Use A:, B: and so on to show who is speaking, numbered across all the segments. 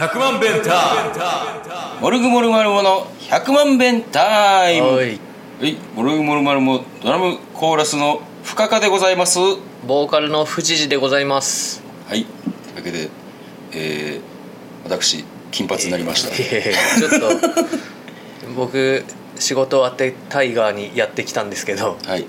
A: 100万弁タイムモルグモルマルモの100万弁タイム
B: は
A: はいモルグモルマルモドラムコーラスの深カでございますは
B: ボーカルの藤次でございます
A: いというわけで、えー、私金髪になりました、
B: ちょっと 僕仕事終わってタイガーにやってきたんですけど
A: はい、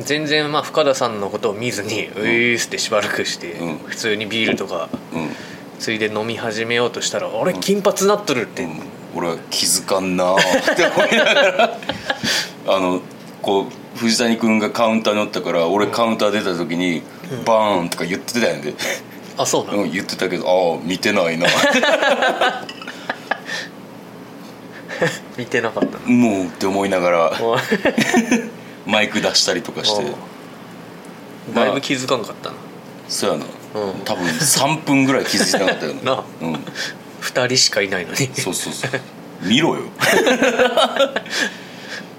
B: 全然まあ深田さんのことを見ずに「ういーす」ってしばらくして、
A: うん
B: 普通にビールとか
A: うん
B: ついで飲み始めようとしたら「あれ金髪なっとる」って、
A: うん俺は気づかんなーって思いながら あのこう藤谷君がカウンターにおったから俺カウンター出た時に「バーン!」とか言ってたやんで、
B: あそうなの、
A: うん、言ってたけどああ見てない な
B: 見てなかった
A: もうって思いながら
B: もう
A: マイク出したりとかして
B: もうだいぶ気づかんかったな、
A: そうやな、
B: うん
A: 多分3分ぐらい気づいてなかったよ
B: なあ
A: うん、
B: 2人しかいないのに
A: そうそうそう見ろよ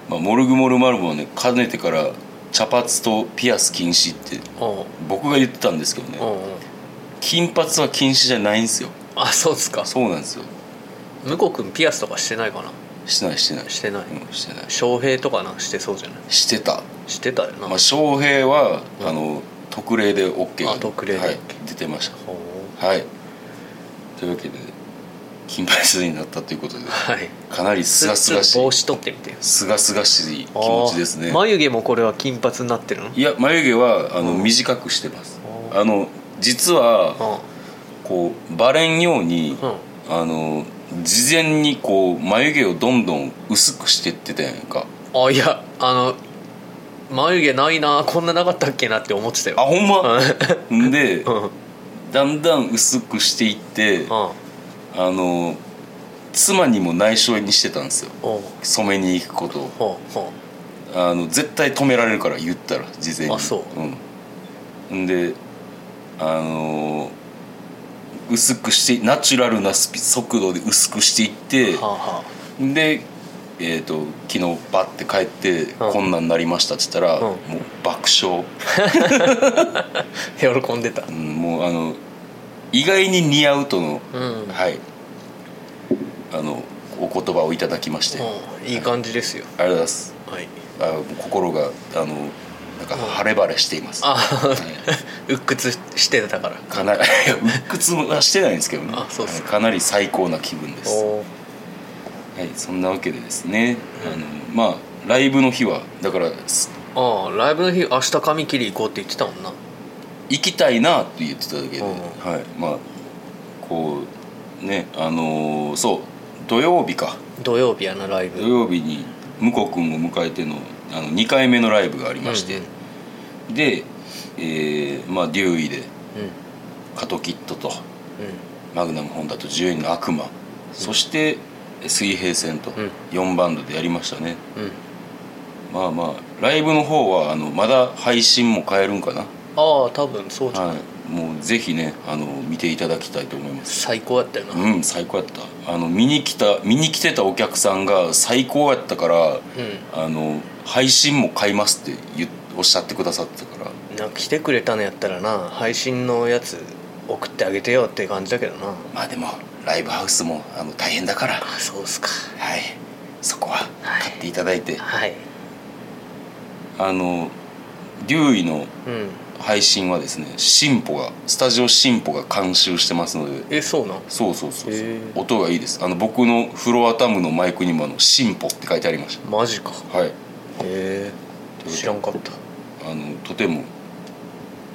A: まあ、モルグモルマルモはねかねてから茶髪とピアス禁止って
B: おう
A: 僕が言ってたんですけどね
B: おうおう
A: 金髪は禁止じゃないんですよ
B: あそうですか
A: そうなんですよ
B: 向こう君ピアスとかしてないかな
A: してないしてない
B: してない
A: うん、してない
B: 翔平とかなんかしてそうじゃない
A: してた、
B: してたよな、
A: まあ、翔平は、
B: うん
A: あの特例で OK が
B: あ特例で
A: はい、出てまし
B: ほう
A: たはいというわけで金髪になったということで
B: はい
A: かなりすがすがし
B: ちょっと
A: い
B: 帽子取ってみてよ
A: すがすがしい気持ちです
B: あ
A: ね
B: ー眉毛もこれは金髪になってるの
A: いや眉毛はあの、
B: うん
A: 短くしてます
B: あー
A: あの実はこうバレんように、
B: うんうん
A: あの事前にこう眉毛をどんどん薄くしてってたやんか
B: あいやあの眉毛ないなこんななかったっけなって思ってたよ
A: あほんま
B: うん
A: で
B: うんうん
A: だんだん薄くしていってあの妻にも内緒にしてたんですよ
B: おう
A: 染めに行くことを
B: ほうほ
A: あの絶対止められるから言ったら事前に
B: あそう
A: うんんであの薄くしてナチュラルなスピ速度で薄くしていって
B: うはあは
A: でえー、と昨日バッて帰って「
B: うん
A: こんなんなりました」って言ったら、
B: うん
A: もう爆笑、
B: あ喜んでた
A: うんもうあの意外に似合うとの、
B: うん
A: はいあのお言葉をいただきまして、あり
B: うんいい感じですよ
A: がとうございます
B: はい
A: あもう心があのなんか晴れ晴れしています、
B: あ
A: は
B: 鬱屈してたから
A: かなり いや鬱屈はしてないんですけどね
B: あそうっす
A: かなり最高な気分です、
B: おう
A: はい、そんなわけでですね、あのまあライブの日はだからす
B: ああライブの日明日髪切り行こうって言ってたもんな
A: 行きたいなって言ってただけで、
B: うん
A: はい、まあこうねあのーそう土曜日か
B: 土曜日やなライブ
A: 土曜日に向こう君を迎えてのあの2回目のライブがありまして、で、えーまあ、デューイで
B: うんうん
A: カトキットと
B: うん
A: マグナム・ホンダと10円の悪魔、そして水平線と
B: うん
A: 4バンドでやりましたね、
B: うん
A: まあまあライブの方はあのまだ配信も変えるんかな、
B: ああ多分そうじゃん、
A: はい、もうぜひねあの見ていただきたいと思います
B: 最高だったよな、
A: うん最高やったあの見に来た見に来てたお客さんが最高やったから
B: う
A: あの配信も買いますって言っおっしゃってくださってたから
B: ん、なんか来てくれたのやったらな配信のやつ送ってあげてよって感じだけどな
A: まあでもライブハウスもあの大変だから
B: あそうっすか
A: はいそこは
B: はい
A: 買っていただいて、
B: はい
A: あのデューイの
B: うん
A: 配信はですね進歩がスタジオ進歩が監修してますので
B: えそうなん
A: そうそうそうそう
B: へえ
A: 音がいいですあの僕のフロアタムのマイクにもあの「進歩」って書いてありまし
B: マジか
A: たはい
B: へえ知らんかった
A: あのとても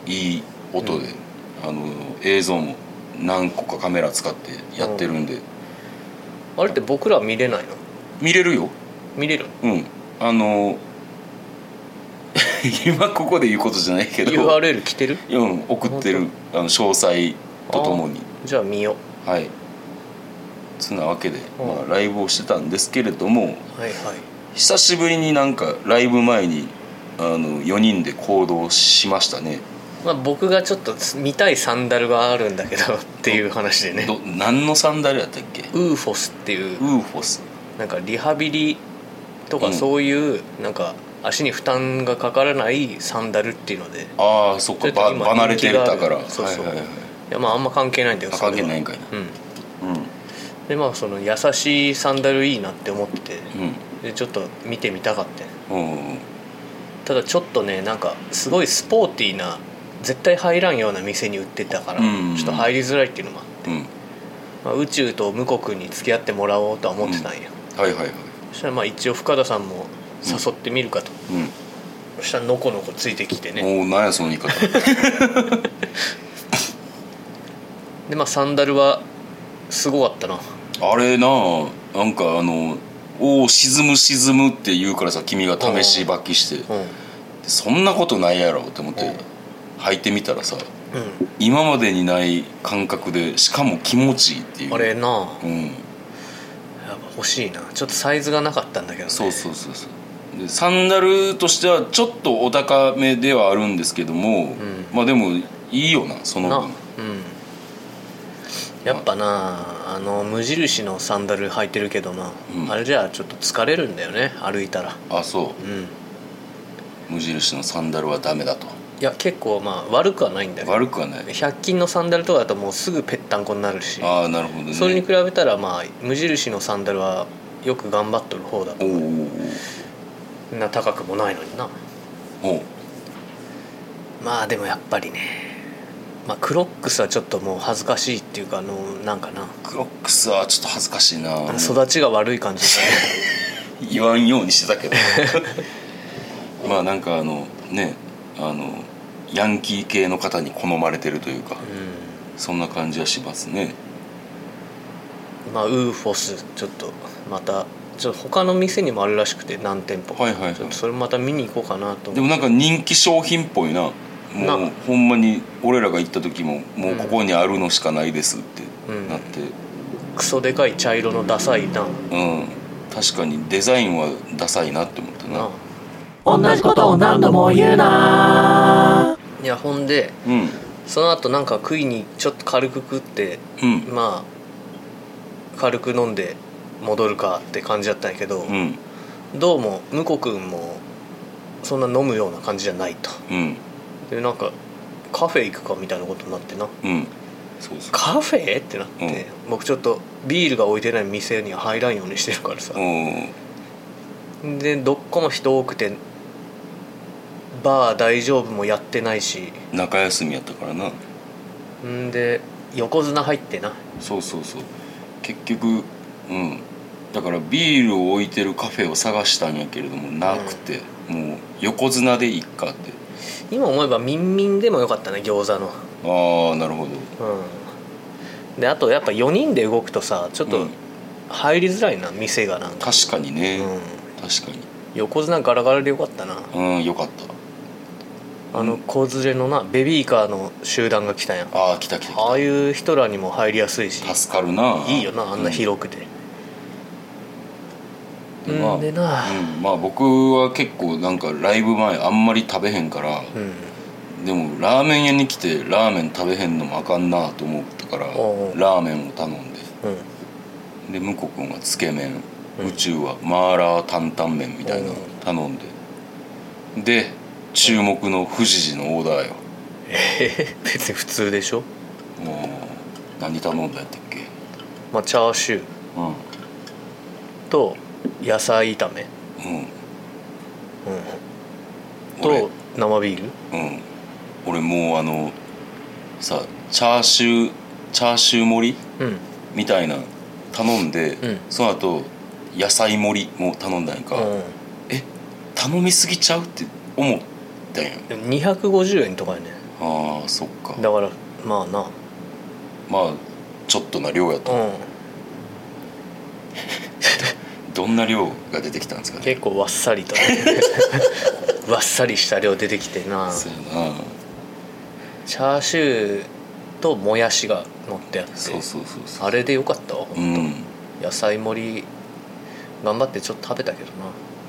A: いい音で、あの映像も何個かカメラ使ってやってるんで、
B: あれって僕ら見れないの
A: 見れるよ
B: 見れる
A: うんあの 今ここで言うことじゃないけど
B: URL 来てる
A: うん、送ってるあの詳細とともに
B: じゃあ見よ
A: はいそんなわけで、
B: うん
A: まあ、ライブをしてたんですけれども
B: うはいはい
A: 久しぶりになんかライブ前にあの4人で行動しましたね
B: まあ、僕がちょっと見たいサンダルがあるんだけどっていう話でね
A: ど何のサンダルやったっけ
B: ウーフォスっていう
A: ウーフォス
B: なんかリハビリと
A: う
B: か
A: ん
B: そういうなんか足に負担がかからないサンダルっていうので
A: ああそっ
B: ちょ
A: か
B: っ
A: ば
B: と今
A: 離れて
B: 人気があ
A: た
B: る
A: から
B: そうそう、
A: はい
B: い
A: はいはい
B: やまああんま関係ないんだよ
A: あ
B: それは
A: 関係ないんかいな
B: うん
A: う
B: でまあその優しいサンダルいいなって思ってて
A: ん
B: でちょっと見てみたかった
A: うんうん
B: ただちょっとねなんかすごいスポーティーな絶対入らんような店に売ってたから、
A: うん
B: ちょっと入りづらいっていうのもあって、
A: うん
B: まあ、宇宙と無国に付き合ってもらおうとは思ってたんや、
A: はいはいはい
B: そしたらまあ一応深田さんも誘ってみるかと、そしたらのこのこついてきて
A: う
B: ね
A: んおおなんやその言い方
B: でまあサンダルはすごかったな
A: あれなあなんかあの「おお沈む沈む」って言うからさ君が試し履きして
B: うんうん
A: そんなことないやろって思って履いてみたらさ今までにない感覚でしかも気持ちいいっていう
B: あれなあ
A: うん
B: やっぱ欲しいなちょっとサイズがなかったんだけどね
A: そうそうそうそうでサンダルとしてはちょっとお高めではあるんですけども、
B: ん
A: まあでもいいよなそ
B: な
A: の
B: うんやっぱなあの無印のサンダル履いてるけどな、
A: うん
B: あれじゃあちょっと疲れるんだよね歩いたら
A: 分あそ
B: うん
A: う無印のサンダルはダメだと
B: いや結構まあ悪くはないんだけど
A: 悪くはない
B: 100均のサンダルとかだともうすぐぺったんこになるし
A: ああなるほどね
B: それに比べたらまあ無印のサンダルはよく頑張っとる方だ
A: おうおう
B: そんな高くもないのにな
A: おうおう
B: まあでもやっぱりね、まあ、クロックスはちょっともう恥ずかしいっていうかあのなんかな
A: クロックスはちょっと恥ずかしいな
B: 育ちが悪い感じだね
A: 言わんようにしてたけど まあなんかあのねあのヤンキー系の方に好まれてるというかそんな感じはしますね
B: うんまあウーフォスちょっとまたちょっと他の店にもあるらしくて何店舗か、
A: はいはいはい
B: ちょっとそれまた見に行こうかなと
A: でもなんか人気商品っぽいなも
B: な
A: うほんまに俺らが行った時ももうここにあるのしかないですって
B: うん
A: なって
B: クソでかい茶色のダサいな
A: うん、確かにデザインはダサいなって思ったな
B: な
C: 同じことを何度も言うない
B: やほんで
A: うん
B: その後なんか食いにちょっと軽く食って
A: うん
B: まあ軽く飲んで戻るかって感じだったんやけど、
A: うん
B: どうも向こくんもそんな飲むような感じじゃないと
A: うん
B: でなんかカフェ行くかみたいなことになってな
A: うんそうそう
B: カフェってなって、僕ちょっとビールが置いてない店には入らんようにしてるからさ
A: う、ん
B: でどっこも人多くてバー大丈夫もやってないし
A: 中休みやったからなん
B: で横綱入ってな
A: そうそうそう結局うんだからビールを置いてるカフェを探したんやけれどもなくて、もう横綱でいっかって
B: 今思えばみんみんでもよかったね餃子の
A: ああなるほど
B: うんであとやっぱ4人で動くとさちょっ
A: う
B: と
A: ん
B: 入りづらいな店がなんか、
A: 確かにね、
B: うん、
A: 確かに
B: 横綱ガラガラでよかったな
A: うんよかった
B: あの子連れのなベビーカーの集団が来たやんあ
A: ああ来た来た来
B: あいう人らにも入りやすいした
A: 助かるないい
B: いよなあんな広くて、
A: う
B: うんん、でな
A: うん、まあ僕は結構なんかライブ前あんまり食べへんから、
B: うん、
A: でもラーメン屋に来てラーメン食べへんのもあかんなと思ったから
B: おう
A: ラーメンを頼んで
B: うん
A: で向こう君はつけ麺、
B: うん
A: 宇宙はマーラー担々麺みたいなのを頼んで、で注目の富士寺のオーダーよ
B: えへへ別に普通でしょ
A: もう何頼んだやったっけ
B: まあチャーシュー
A: うんうん
B: と野菜炒め、うん、
A: 俺
B: と生ビール
A: うん俺もうあのさチャーシューチャーシュー盛り
B: うん
A: みたいな頼んで、
B: うん
A: その後野菜盛りも頼んだんやんか、
B: うん
A: え頼みすぎちゃうって思ったんや
B: でも250円とかやね
A: あーそっか
B: だからまあな
A: まあちょっとな量やと、
B: う
A: どんな量が出てきたんですか
B: ん
A: ね
B: 結構わっさり とねわっさりした量出てきてな
A: そうやな
B: チャーシューともやしが乗ってあって
A: そうそうそうそう
B: あれでよかったわ
A: うん、
B: 野菜盛り頑張ってちょっと食べたけどな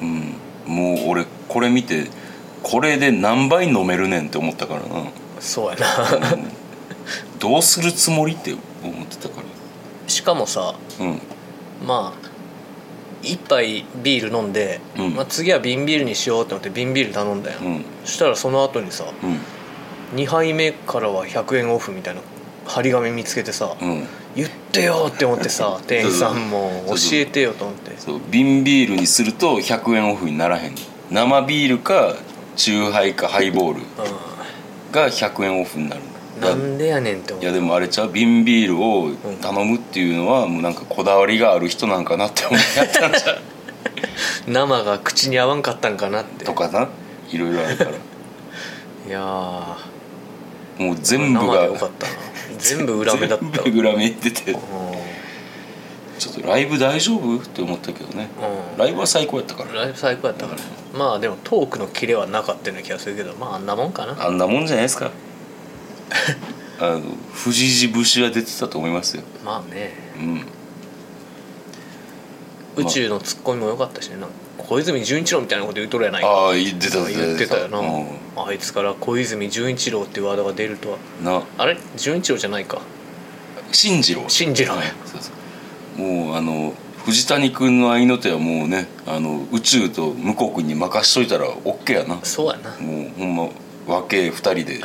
A: うん、もう俺これ見てこれで何倍飲めるねんって思ったからな
B: そうやな
A: どうするつもりって思ってたから
B: しかもさ
A: うん
B: まあ一杯ビール飲んで、
A: うん
B: まあ、次は瓶ビールにしようって思って瓶ビール頼んだよ、
A: うん
B: そしたらその後にさ
A: う
B: 2杯目からは100円オフみたいな張り紙見つけてさ、
A: んうん
B: 言ってよっ て思ってさ店員さんも
A: そ
B: 教
A: うそう
B: えてよと思って
A: そう瓶ビールにすると100円オフにならへん生ビールかチューハイかハイボールが100円オフになる
B: うん
A: だ
B: なんでやねんって思
A: いうやでもあれちゃう瓶ビールを頼むっていうのはもうなんかこだわりがある人なんかなって思いやったんちゃう
B: 生が口に合わんかったんかなって
A: とか ないろいろあるから
B: いやー
A: もう全部
B: 生でよか
A: が
B: ったな全部裏目だったわ
A: 全部裏目に出て
B: う
A: ちょっとライブ大丈夫って思ったけどね
B: うん
A: ライブは最高やったから
B: んライブ最高やったから、まあでもトークのキレはなかったような気がするけどまああんなもんかな
A: あんなもんじゃないです かあの藤井節は出てたと思いますよ
B: まあね
A: うん
B: 宇宙のツッコミも良かったしねなんか小泉純一郎みたいなこと言うとるやないか
A: ああ言ってた
B: 言ってたよな、
A: う
B: あいつから小泉純一郎っていうワードが出るとは
A: んな
B: あれ純一郎じゃないか
A: 進次郎
B: 進次郎や
A: そうそうもうあの藤谷君の合いの手はもうねあの宇宙と向こう君に任しといたら OK やな
B: そうやな
A: もうほんま若え二人で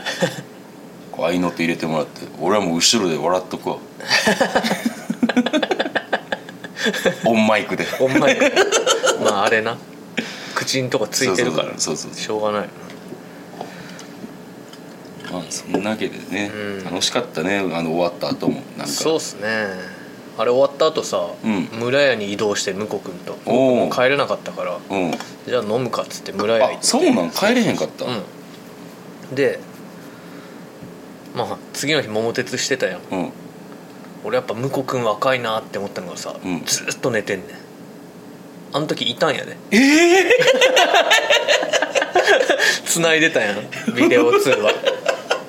A: こう合いの手入れてもらって俺はもう後ろで笑っと くわオンマイクで
B: ほんまやまああれな口んとこついてるから
A: そうそうそう
B: しょうがないよ
A: まあそんなわけでね、
B: うん
A: 楽しかったねあの終わった後もなんか
B: なそうっすねあれ終わった後さ、
A: うん
B: 村屋に移動して向こくんと僕
A: おう
B: もう帰れなかったから
A: うんあ
B: じゃあ飲むかっつって村屋行って
A: そうなん帰れへんかった
B: うんでまあ次の日桃鉄してたやん
A: うん、
B: 俺やっぱ向こくん若いなって思ったのがさ、
A: うん
B: ずーっと寝てんねんあの時いたんやで
A: ええ
B: 繋いでたやんビデオ通話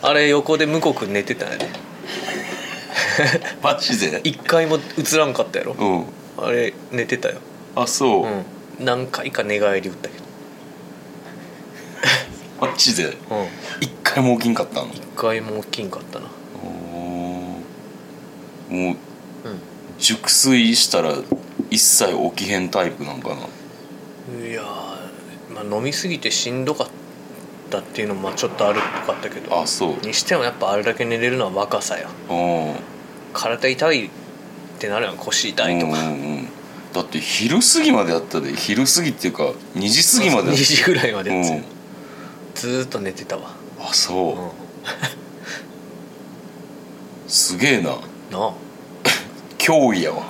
B: あれ横で向こくん寝てたんやで
A: マジで
B: 一回も映らんかったやろ
A: うん
B: あれ寝てたよ
A: あそう、
B: うん何回か寝返り打ったけ
A: マジで
B: どうん
A: 一回も起きんかったの
B: 一回も大きんかったな
A: おーもう
B: う
A: 熟睡したら一切起きへんタイプなんかなん
B: いやー、まあ、飲みすぎてしんどかったっていうのもまあちょっとあるっぽかったけど
A: あそう
B: にしてもやっぱあれだけ寝れるのは若さや
A: うん
B: 体痛いってなるやん腰痛いと
A: うんう
B: か
A: んうんだって昼過ぎまでやったで昼過ぎっていうか2時過ぎまで
B: 2
A: やっ
B: 時ぐらいま
A: た
B: でやつ
A: うん
B: ずーっと寝てたわ、
A: あそう
B: う、ん、な
A: すげえな
B: あ
A: 脅威やわ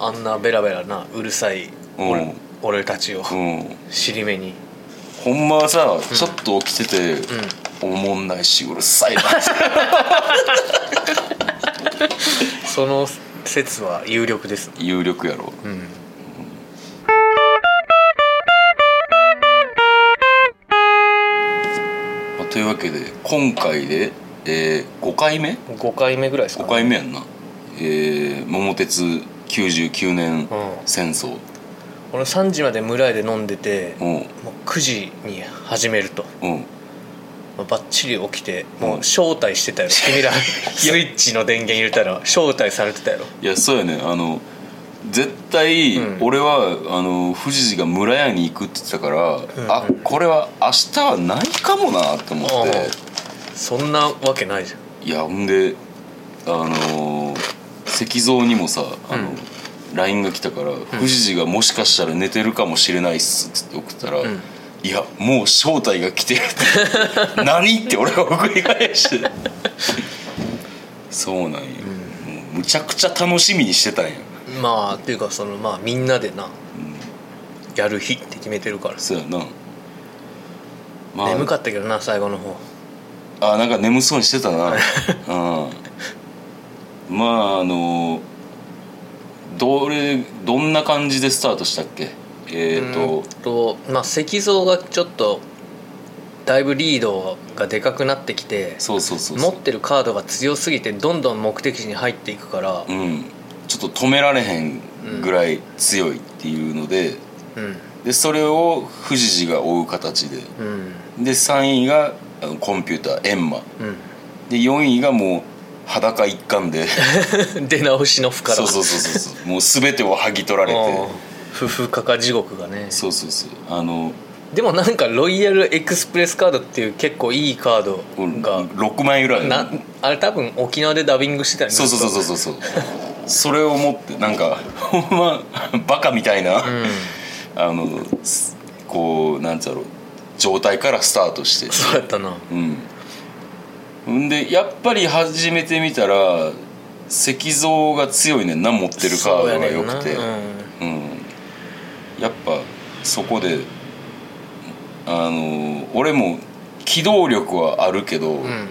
B: あんなベラベラなうるさい 俺,、
A: うん
B: 俺たちを
A: うん
B: 尻目に
A: ほんまはさ、ちょっと起きてて
B: うん、
A: おもんないしうるさいな
B: その説は有力です
A: 有力やろ
B: うん
A: まあというわけで今回で、えー、5回目
B: 5回目ぐらいですか、
A: 5
B: ね、
A: 回目やんな、えー桃鉄99年
B: うん
A: 戦争
B: 俺3時まで村屋で飲んでて、
A: うん
B: もう9時に始めると、
A: うん
B: まあ、ばっちり起きてもううん招待し てたよ、君らスイッチの電源入れたら招待されてたやろ
A: いやそうやねあの絶対
B: うん
A: 俺は、あの藤次が村屋に行くって言ってたから、
B: ん
A: あこれは明日はないかもなと思って、
B: そんなわけないじゃん
A: いやほんであのー石像にもさあの、
B: うん
A: LINE が来たから「富士寺がもしかしたら寝てるかもしれないっす」っつって送ったら「
B: ん
A: いやもう正体が来てる」って 何?」って俺が送り返してそうなんよ、もうむちゃくちゃ楽しみにしてたんや
B: まあっていうかそのまあみんなでな、やる日って決めてるから
A: そうやなま
B: 眠かったけどな最後の方
A: あなんか眠そうにしてたなうんまああのどれどんな感じでスタートしたっけえっ、と
B: とまあ石像がちょっとだいぶリードがでかくなってきて
A: そうそうそう
B: 持
A: そ
B: っ
A: う
B: てるカードが強すぎてどんどん目的地に入っていくから
A: うんちょっと止められへんぐらい強いっていうので、
B: うん
A: でそれを富士寺が追う形で
B: うん
A: で3位があのコンピューターエンマで4位がもう裸一貫で
B: うん 出直しの負から
A: そうそうそうそうそうもう全てを剥ぎ取られて
B: 夫婦かか地獄がね
A: そうそうそうあの
B: でもなんかロイヤルエクスプレスカードっていう結構いいカードが、
A: 6万円ぐらい
B: なあれ多分沖縄でダビングしてたよね
A: そうそうそうそうそうそうそれを持ってなんか ほんまバカみたいな、
B: うん
A: あのすこうなんつうだろう状態からスタートして
B: そうやったな
A: うんんでやっぱり始めてみたら石像が強いねんな持ってるカードがよくて
B: そうやねんな
A: うん、やっぱそこであの俺も機動力はあるけど、
B: うん、うん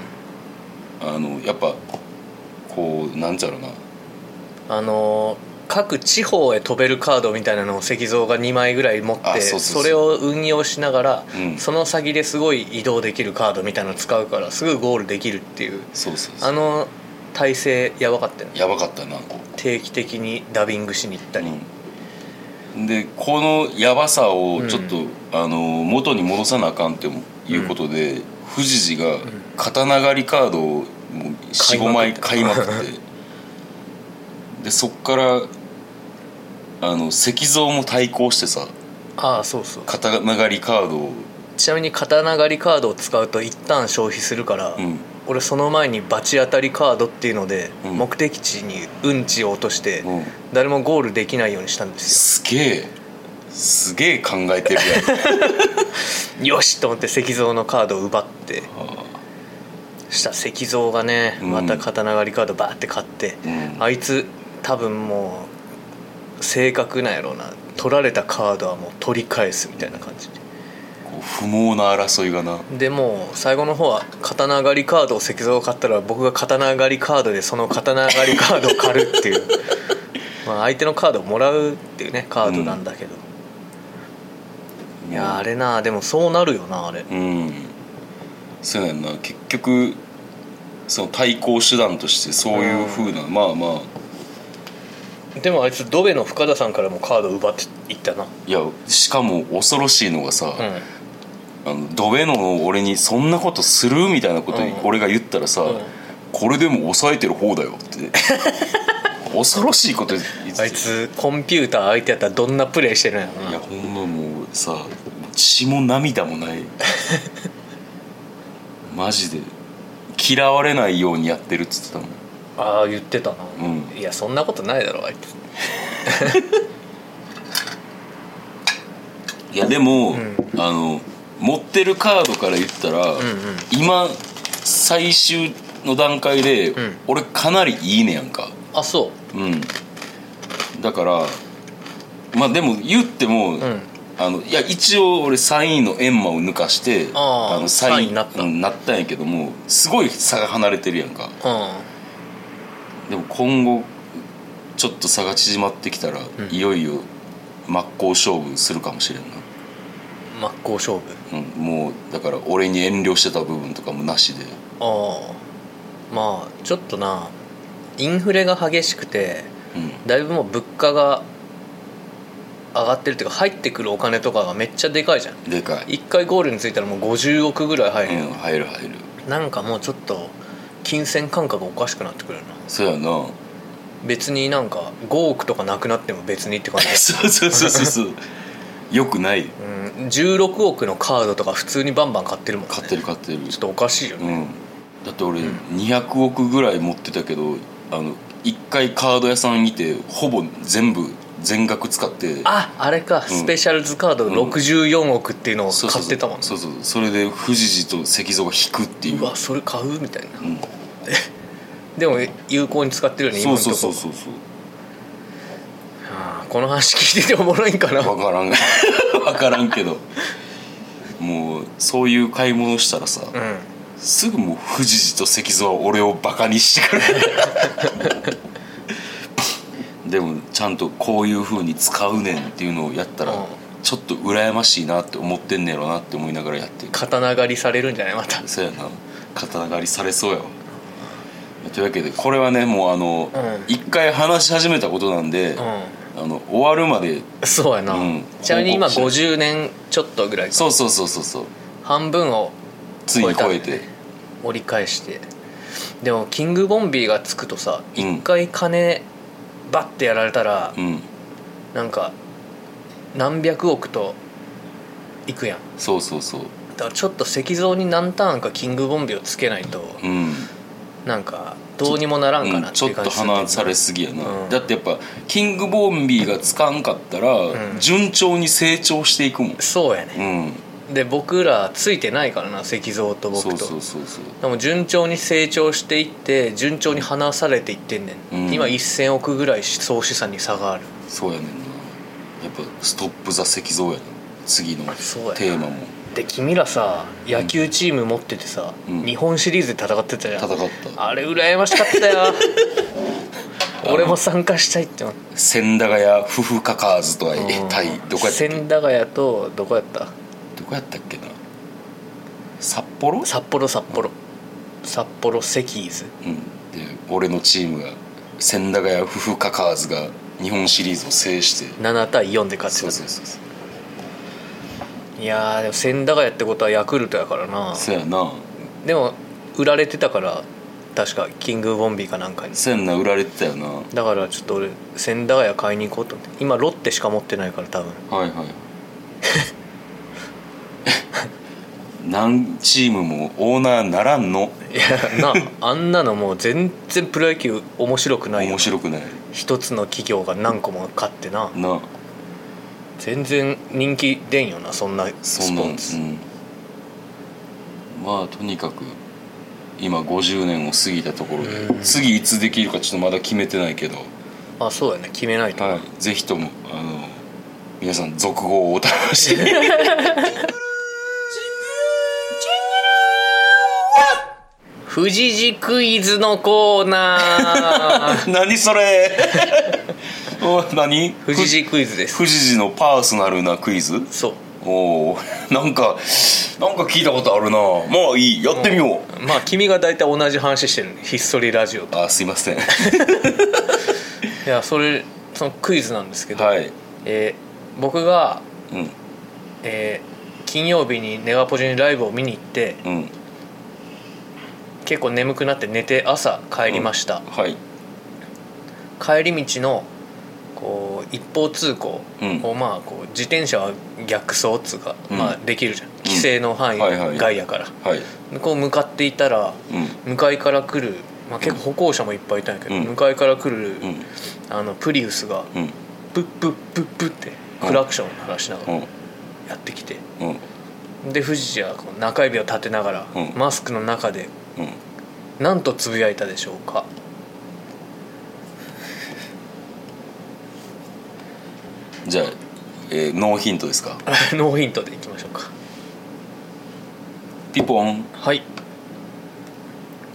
A: あのやっぱこうなんちゃろうな
B: あのー各地方へ飛べるカードみたいなのを石像が2枚ぐらい持って
A: あ
B: そ
A: そうそうそう
B: れを運用しながら、
A: うん
B: その先ですごい移動できるカードみたいなの使うからすぐゴールできるっていう
A: そうそうそう
B: あの体制やばかったよね
A: やばかったなこ
B: 定期的にダビングしに行った
A: う
B: り、
A: うんでこのやばさをちょっと、
B: う
A: あの元に戻さなあかんっていうことで、富士寺が刀狩りカードを45枚買
B: 買い
A: い
B: ま
A: ま
B: く
A: く
B: っ
A: っててでそっからあの石像も対抗してさ
B: ああそうそう
A: 刀狩りカードを、
B: ちなみに刀狩りカードを使うと一旦消費するから、
A: うん、
B: 俺その前に罰当たりカードっていうので、
A: うん
B: 目的地にうんちを落として、
A: うん
B: 誰もゴールできないようにしたんです
A: すげえすげえ考えてるやん
B: よよしと思って石像のカードを奪ってした石像がね
A: うん
B: また刀狩りカードバーって買って、
A: うん
B: あいつ多分もう正確なんやろうな取られたカードはもう取り返すみたいな感じで
A: こう不毛な争いがな
B: でもう最後の方は刀狩りカードを石像を買ったら僕が刀狩りカードでその刀狩りカードを狩るって いうまあ相手のカードをもらうっていうねカードなんだけど、いやーあれなでもそうなるよなあれ
A: うんそうやんな結局その対抗手段としてそういうふうな、まあまあ
B: でもあいつドベの深田さんからもカードを奪っていったない
A: やしかも恐ろしいのがさ、
B: う
A: あのドベノの俺に「そんなことする?」みたいなこと
B: うん
A: 俺が言ったらさ、
B: うん
A: これでも抑えてる方だよ」って 恐ろしいこと言って
B: んあいつコンピューター相手やったらどんなプレイしてるんやろ
A: いや
B: な
A: ほんまもうさ血も涙も ないマジで嫌われないようにやってるっつってたもん
B: ああ言ってたな、
A: うん
B: いやそんなことないだろあいつ
A: いやでも、
B: ん
A: あの持ってるカードから言ったら、
B: ん
A: 今最終の段階で、
B: ん
A: 俺かなりいいねやんか
B: あそ
A: うんだからまあでも言っても、
B: ううん
A: あのいや一応俺3位のエンマを抜かして
B: あー
A: の
B: 三位になった
A: うんなったんやけどもすごい差が離れてるやんか
B: うん
A: でも今後ちょっと差が縮まってきたら、
B: ん
A: いよいよ真っ向勝負するかもしれんな
B: 真っ向勝負
A: うん、もうだから俺に遠慮してた部分とかもなしで
B: ああまあちょっとなインフレが激しくて
A: うん
B: だいぶもう物価が上がってるっていうか入ってくるお金とかがめっちゃでかいじゃん
A: でかい、
B: 1回ゴールについたらもう50億ぐらい入
A: う
B: るよ、
A: ん、入る入る
B: なんかもうちょっと金銭感覚おかしくなってくるよな
A: そうやな
B: 別になんか5億とかなくなっても別にって感じ、
A: そうそうそうそうそうよくない
B: うん、16億のカードとか普通にバンバン買ってるもん、ね、
A: 買ってる買ってる
B: ちょっとおかしいよね、
A: うんだって俺200億ぐらい持ってたけどあの1回カード屋さんにてほぼ全部全額使って
B: ああれか、スペシャルズカード64億っていうのを
A: そう
B: 買ってたもんね
A: そうそうそうそれで富士寺と石像が引くっていう
B: うわそれ買うみたいな
A: うん
B: でも有効に使ってるよね今
A: そ
B: の
A: う
B: とこ
A: そうそうそうそう
B: はあこの話聞いてておもろいんかな
A: 分からん 分からんけどもうそういう買い物したらさ、
B: うん
A: すぐもう富士寺と石像は俺をバカにしてくる でもちゃんとこういうふうに使うねんっていうのをやったら、
B: うん
A: ちょっと羨ましいなって思ってんねやろなって思いながらやってる
B: 刀狩りされるんじゃないまた
A: そうやな刀狩りされそうやわというわけでこれはねもうあの
B: うん
A: 一、回話し始めたことなんで、
B: う
A: あの終わるまで
B: んそうやな、
A: うん
B: ちなみに今
A: 報告
B: 50年ちょっとぐらい
A: そうそうそうそうそう
B: 半分を
A: ついに超え
B: 超え
A: て
B: 折り返してでもキングボンビーがつくとさ
A: うん
B: 一回金バッてやられたら、
A: うん
B: なんか何百億といくやん
A: そうそうそう
B: だからちょっと石像に何ターンかキングボンビをつけないと
A: うん
B: なんかどうにもならんか
A: うん
B: なっ
A: ち
B: て
A: ょ
B: い
A: っ
B: う感
A: と
B: じするけど
A: 離されすぎやな、
B: うん
A: だってやっぱキングボンビーがつかんかったら、
B: ん
A: 順調に成長していくもん
B: そうやね
A: うん
B: で僕らついてないからな石像と僕
A: そ
B: と
A: うそうそうそう
B: でも順調に成長していって順調に離されていってんねん、
A: うん
B: 今1000億ぐらい総資産に差がある
A: そうやねんなやっぱストップ・ザ・石像やな次のテ
B: そうやな
A: ーマも
B: で君らさ野球チーム持っててさ、
A: うん
B: 日本シリーズで戦ってたじゃん
A: 戦った
B: あれ羨ましかった よ俺も参加したいって思っ
A: 千駄ヶ谷夫婦カカーズとは
B: た
A: 対どこやったっけ
B: 千駄ヶ谷とどこやった
A: どこやったっけな札幌
B: 札幌札幌、札幌石ーズ
A: うんで俺のチームが千駄ヶ谷夫婦カカーズが日本シリーズを制して
B: 7対4で勝って
A: そう
B: た
A: そうそうそう
B: いやーでも千駄ヶ谷ってことはヤクルトやからな
A: そやな
B: でも売られてたから確かキングボンビーかなんかに
A: そやんな売られてたよなは
B: だからちょっと俺千駄ヶ谷買いに行こうと思って今ロッテしか持ってないから多分
A: いはい何チームもオーナーならんの
B: いやな ああんなのもう全然プロ野球面白くないよ
A: 面白くない
B: 一つの企業が何個も買ってな
A: な
B: 全然人気出んよなそんな
A: そ
B: ス
A: ん
B: ポ
A: な
B: ー
A: ん、
B: ツ
A: うん、まあとにかく今50年を過ぎたところで、
B: うん
A: 次いつできるかちょっとまだ決めてないけど、
B: まあそうやね決めないと、
A: はい、ぜひともあの皆さん続報をお楽しみに
B: 富士寺クイズのコーナ ー
A: 何それお何
B: 富士寺クイズです
A: 富士寺のパーソナルなクイズ
B: そう
A: おおなんかなんか聞いたことあるなまあいいやってみよう、
B: まあ君が大体同じ話してるねひっそりラジオと
A: あすいません
B: いやそれそのクイズなんですけど、
A: はい、
B: えー僕が、
A: うん
B: えー金曜日にネガポジにライブを見に行って
A: うん、
B: 結構眠くなって寝て朝帰りました、
A: はい
B: 帰り道のこう一方通行を、まあこう自転車は逆走っつうか、
A: うん
B: まあできるじゃん規制の範囲
A: はいはい
B: 外やから、
A: はい
B: こう向かっていたら
A: うん
B: 向かいから来る、まあ、結構歩行者もいっぱいいたんやけど、
A: うん
B: 向かいから来る、
A: うん
B: あのプリウスが
A: うん
B: プップップップってクラクションを鳴らしなが
A: う
B: ら
A: ん
B: やってきて
A: うん
B: で富士はこう中指を立てながら、
A: うん
B: マスクの中で
A: うん
B: 何とつぶやいたでしょうか
A: じゃあ、えーノーヒントですか
B: ノーヒントでいきましょうか
A: ピポン
B: はい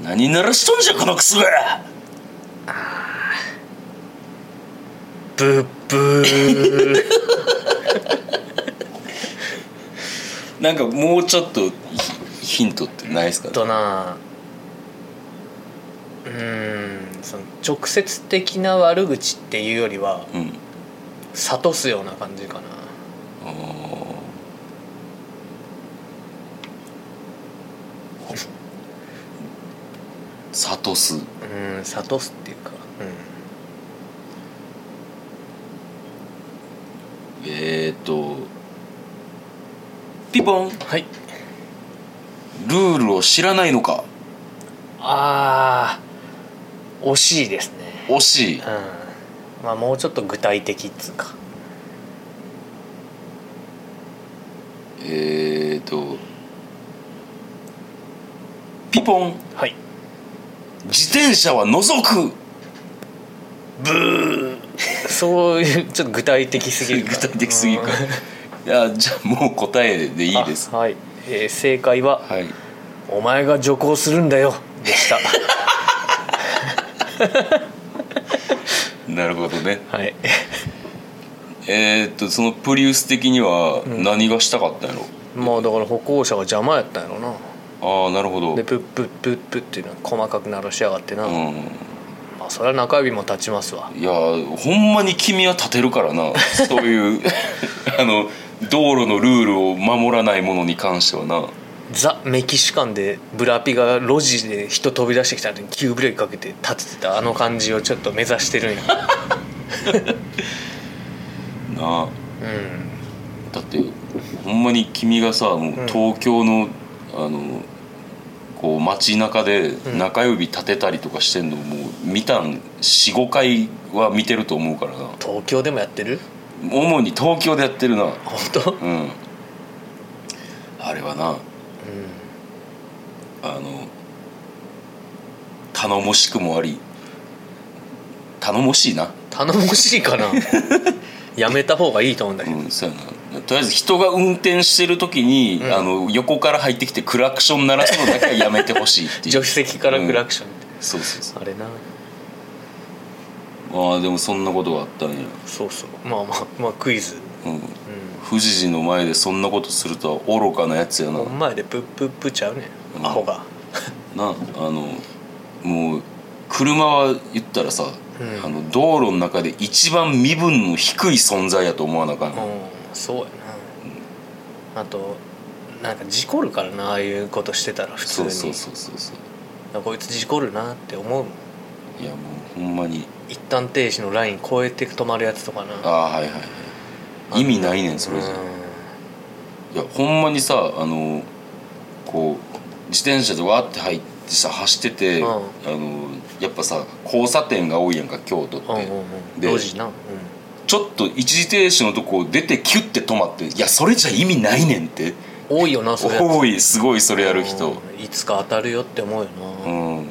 A: 何鳴らしとんじゃこのクソが
B: ブッブー
A: なんかもうちょっとヒヒントってないですか
B: となうーんその直接的な悪口っていうよりは
A: うん
B: 諭すような感じかな
A: あーサトス
B: うん諭すっていうか
A: えっ、ー、とピポン
B: うんはい
A: ルールを知らないのか
B: あー惜しいですね
A: 惜しい
B: うんまあもうちょっと具体的っつうか
A: えっ、ー、とピポン
B: はい
A: 自転車は除く
B: そういうちょっと具体的すぎる
A: 具体的すぎるかいやじゃあもう答えでい
B: い
A: いです
B: はい、えー正解は
A: はい
B: 「お前が徐行するんだよ」でした
A: なるほどね
B: はい
A: えー、っとそのプリウス的には何がしたかったんやろ、
B: もうだから歩行者が邪魔やったんやろな
A: ああなるほど
B: でプップップップッっていうのは細かく鳴らしやがってな、
A: う
B: まあそれは中指も立ちますわ
A: んいやほんまに君は立てるから なそういうあの道路のルールを守らないものに関してはな
B: ザ・メキシカンでブラピが路地で人飛び出してきた時に急ブレーキかけて立ててたあの感じ をちょっと目指してるんや
A: なあ
B: うん
A: ほんまに君がさもう東京の、あのこう街中で中指立てたりとかしてんのもう見たん45回は見てると思うからな
B: 東京でもやってる
A: 主に東京でやってるな
B: 本当、うん、
A: うんあれはなあの頼もしくもあり頼もしいな
B: 頼もしい かなやめた方がいいと思うんだけ
A: う
B: ど、
A: んそうやなとりあえず人が運転してる時に、あの横から入ってきてクラクション鳴らすのだけはやめてほしいっていう
B: 助手席からクラクション、
A: そうそうそ
B: あれな
A: うああでもそんなことがあったんや、
B: そうそうまあまあまあクイズ、
A: うん、
B: う、
A: 富士寺の前でそんなことするとは愚かなやつやなん
B: お前でプップップちゃうね、
A: うん
B: アホが
A: なあのもう車は言ったらさ、
B: うん
A: あの道路の中で一番身分の低い存在やと思わなあかん、
B: うんそうやなあとなんか事故るからなああいうことしてたら普通
A: そう
B: に
A: そうそうそうそう
B: あこいつ事故るなって思うもん
A: いやもうほんまに
B: 一旦停止のライン越えて止まるやつとかな
A: ああはいはいはい意味ないねんそれじゃ、いやほんまにさあのこう自転車でわーって入ってさ走ってて、
B: うん
A: あのやっぱさ交差点が多いやんか京都って、
B: うんうんうんうん
A: で
B: 路地なうん
A: ちょっと一時停止のとこ出てキュッて止まっていやそれじゃ意味ないねんって
B: 多いよなそれ
A: 多いすごいそれやる人、
B: いつか当たるよって思うよ
A: う
B: な、
A: ん、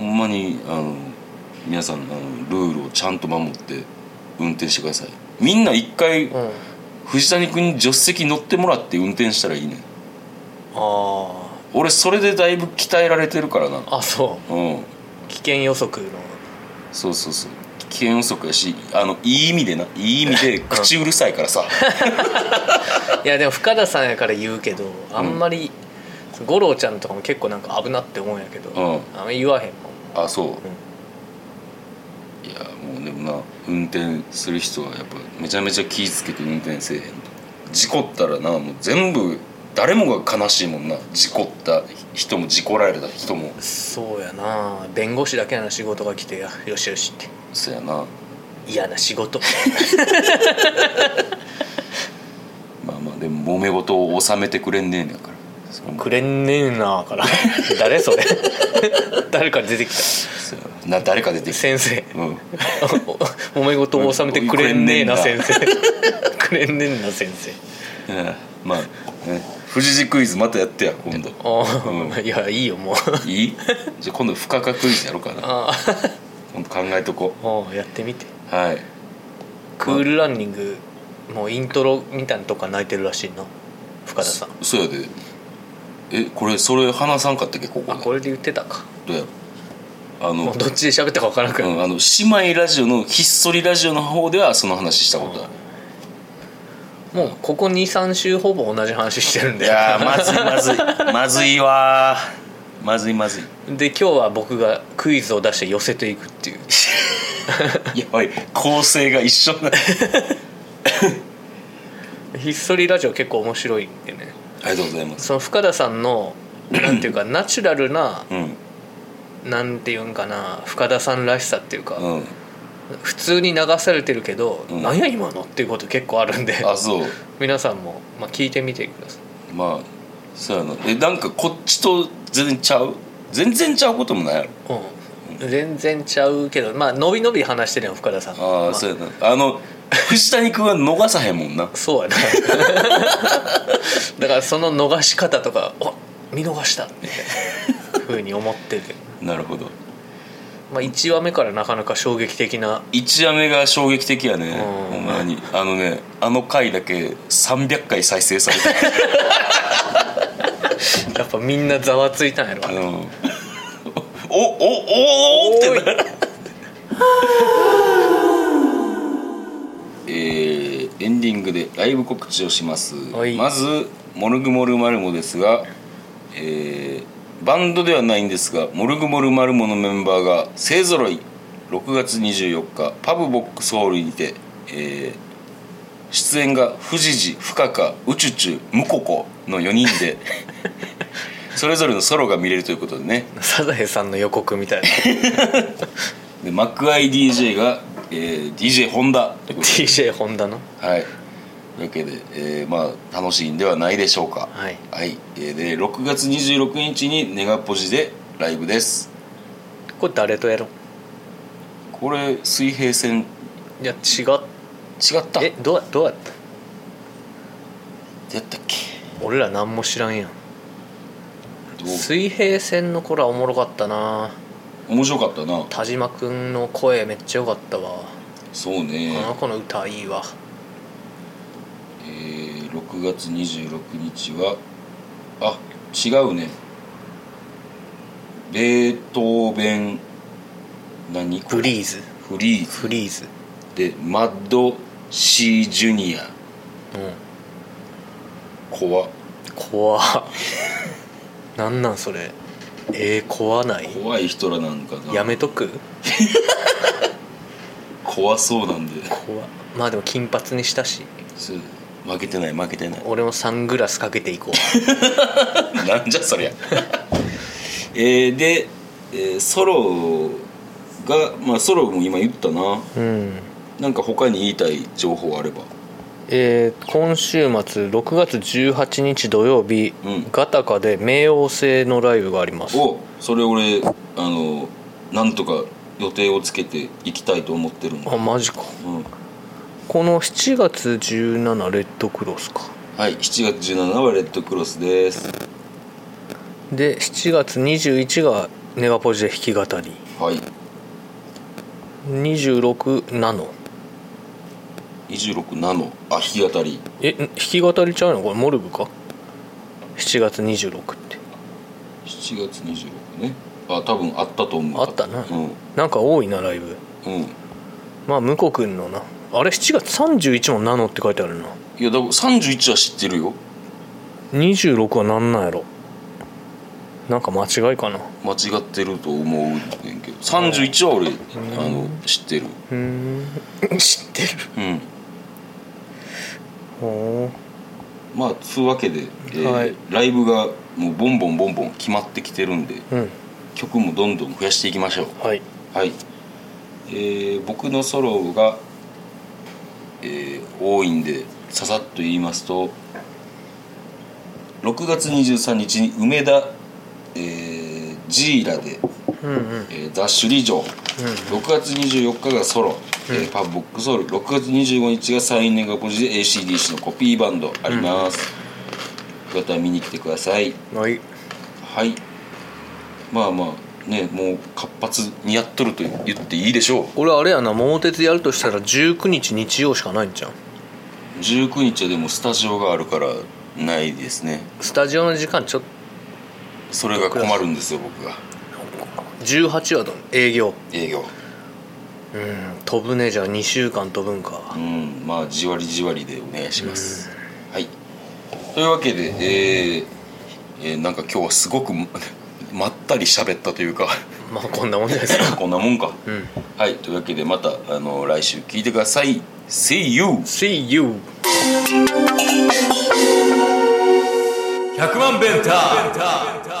A: ほんまにあの皆さんあのルールをちゃんと守って運転してくださいみんな一回
B: うんあ
A: 藤谷君に助手席乗ってもらって運転したらいいねん
B: あ
A: 俺それでだいぶ鍛えられてるからな
B: あそ
A: うん
B: う危険予測の
A: そうそうそう危険予測やしあのいい意味でないい意味 で口うるさいからさ
B: いやでも深田さんやから言うけどあんまり、五郎ちゃんとかも結構なんか危なって思うんやけど、
A: うん
B: あんまり言わへんもん
A: あそういやもうでもな運転する人はやっぱめちゃめちゃ気ぃつけて運転せえへんと事故ったらなもう全部誰もが悲しいもんな事故った人も事故られた人も
B: そうやな弁護士だけの仕事が来てやよしよしって
A: そやな
B: 嫌な仕事
A: まあまあでも揉め事を収めてくれんねえんやからそ
B: くれんねえなから 誰それ誰か出てきた
A: そやなな誰か出てきて
B: 先 生
A: うん
B: 揉め事を収めてくれんねえな
A: くれん
B: 先
A: ね
B: 生くれんねえな先生
A: ええまあ、ね、富士寺クイズまたやってや今度
B: ああ、
A: うん
B: いやいいよもう
A: いいじゃあ今度不可可クイズやろうかな
B: あ
A: 今度考えとこ
B: あ もうやってみて
A: うはい
B: クールランニングもうイントロみたいなとこから泣いてるらしいな深田さん
A: そうやでえこれそれ話さんかったっけここ
B: あ
A: で
B: これで言ってたか
A: どうやろあ
B: も
A: の
B: うどっちで喋ったか分からんく
A: う
B: らい、
A: ん、あの姉妹ラジオのひっそりラジオの方ではその話したことある、
B: もうここ23週ほぼ同じ話してるん
A: い
B: で
A: やーまずいまずいまずいわーまずいまずい
B: で今日は僕がクイズを出して寄せていくっていう
A: やばい構成が一緒な
B: ひっそりラジオ結構面白いんでね
A: ありがとうございます
B: その深田さんのなんてい うかナチュラルな
A: うん
B: なんていうんかな深田さんらしさっていうか、
A: うん
B: 普通に流されてるけど、
A: うん
B: なんや今のっていうこと結構あるんで
A: あそう
B: 皆さんも、まあ、聞いてみてください
A: まあそうやなえなんかこっちと全然ちゃう全然ちゃうこともないやろ
B: うん、全然ちゃうけどまあのびのび話してるよ深田さん
A: ああ、
B: まあ
A: そうやなあの藤谷君は逃さへんもんな
B: そうやな だからその逃し方とかお見逃したみたいなふうに思ってて、
A: なるほど
B: まあ、1話目からなかなか衝撃的な
A: 一夜目が衝撃的やね
B: うん
A: ほんまにあのねあの回だけ300回再生され て
B: やっぱみんなざわついたんやろ
A: るうんおおおおってなえーエンディングでライブ告知をします
B: はい
A: まず「モルグモルマルモ」ですが、えーバンドではないんですが「モルグモルマルモ」のメンバーが勢ぞろい6月24日パブボックスホールにて、えー出演が富士寺深川宇宙中ムココの4人 でそれぞれのソロが見れるということでね
B: サザエさんの予告みたいな
A: でマックアイ DJ が、えー DJ ホンダということで
B: DJ ホンダの
A: はい、というわけで、えーまあ楽しいんではないでしょうか
B: はい
A: はい、えーで6月26日にネガポジでライブです
B: これ誰とやろう
A: これ水平線違
B: いや違っ
A: った
B: え
A: や
B: どうどうやった
A: ったっけ
B: 俺ら何も知らんやん
A: どう
B: 水平線の頃はおもろかったな
A: 面白かったな
B: 田島くんの声めっちゃ良かったわ
A: そう
B: あ
A: ね
B: の子の歌いいわ
A: えー6月26日はあ違うねベートーベン何これ
B: ブリーズ
A: フリーズ
B: フリーズ
A: でマッド・シー・ジュニア
B: うん
A: 怖
B: 怖 っなんなんそれえー、怖ない
A: 怖い人らなんかな
B: やめとく
A: 怖そうなんで
B: 怖っまあでも金髪にしたし
A: そう負けてない負けてない
B: 俺もサングラスかけていこ
A: なんじゃそりゃ えーで、えーソロがまあソロも今言ったな
B: ううん
A: なんか他に言いたい情報あれば
B: えー今週末6月18日土曜日、
A: うん
B: ガタカで冥王星のライブがあります
A: おそれ俺あのなんとか予定をつけて行きたいと思ってるんだ
B: あ、マジか
A: うん、
B: この7月17レッドクロスか
A: はい7月17はレッドクロスです
B: で7月21がネガポジで弾き語り
A: はい
B: 26ナノ
A: 26ナノあ日当たり
B: え弾き語りちゃうのこれモルグか7月26って
A: 7月26ねあ多分あったと思う
B: あったな
A: うん
B: なんか多いなライブ
A: うん
B: まあ向こうくんのなあれ7月31もナノって書いてあるない
A: やだから31は知ってるよ
B: 26はなんなんやろなんか間違いかな
A: 間違ってると思うねんけど31は俺あの知ってる
B: うん知ってる
A: うん
B: ほ
A: まあそういうわけで、えー
B: はい
A: ライブがもうボンボンボンボン決まってきてるんで
B: ううん
A: 曲もどんどん増やしていきましょう
B: はい
A: はい、えー僕のソロが、えー多いんでささっと言いますと6月23日に梅田、えージーラで、
B: うんうん
A: えー、ダッシュリジョン、6月24日がソロ、えーパブボックソウル6月25日がサインネガポジで ACDC のコピーバンドあります、よかったら見に来てください
B: はい
A: はいまあまあねもう活発にやっとると言っていいでしょう
B: 俺あれやな桃鉄やるとしたら19日日曜しかないんじゃん
A: 19日はでもスタジオがあるからないですね
B: スタジオの時間ちょっ
A: それが困るんですよ僕が
B: と18はどう営業
A: 営業
B: うん飛ぶねじゃあ2週間飛ぶんか
A: うんまあじわりじわりでお願いしますはいというわけでえーえーなんか今日はすごく まったり喋ったというか
B: まあこんなもんじゃないです か
A: こんなもんか
B: うん
A: はいというわけでまたあの来週聞いてください See you!
B: See you
D: 100万ベンター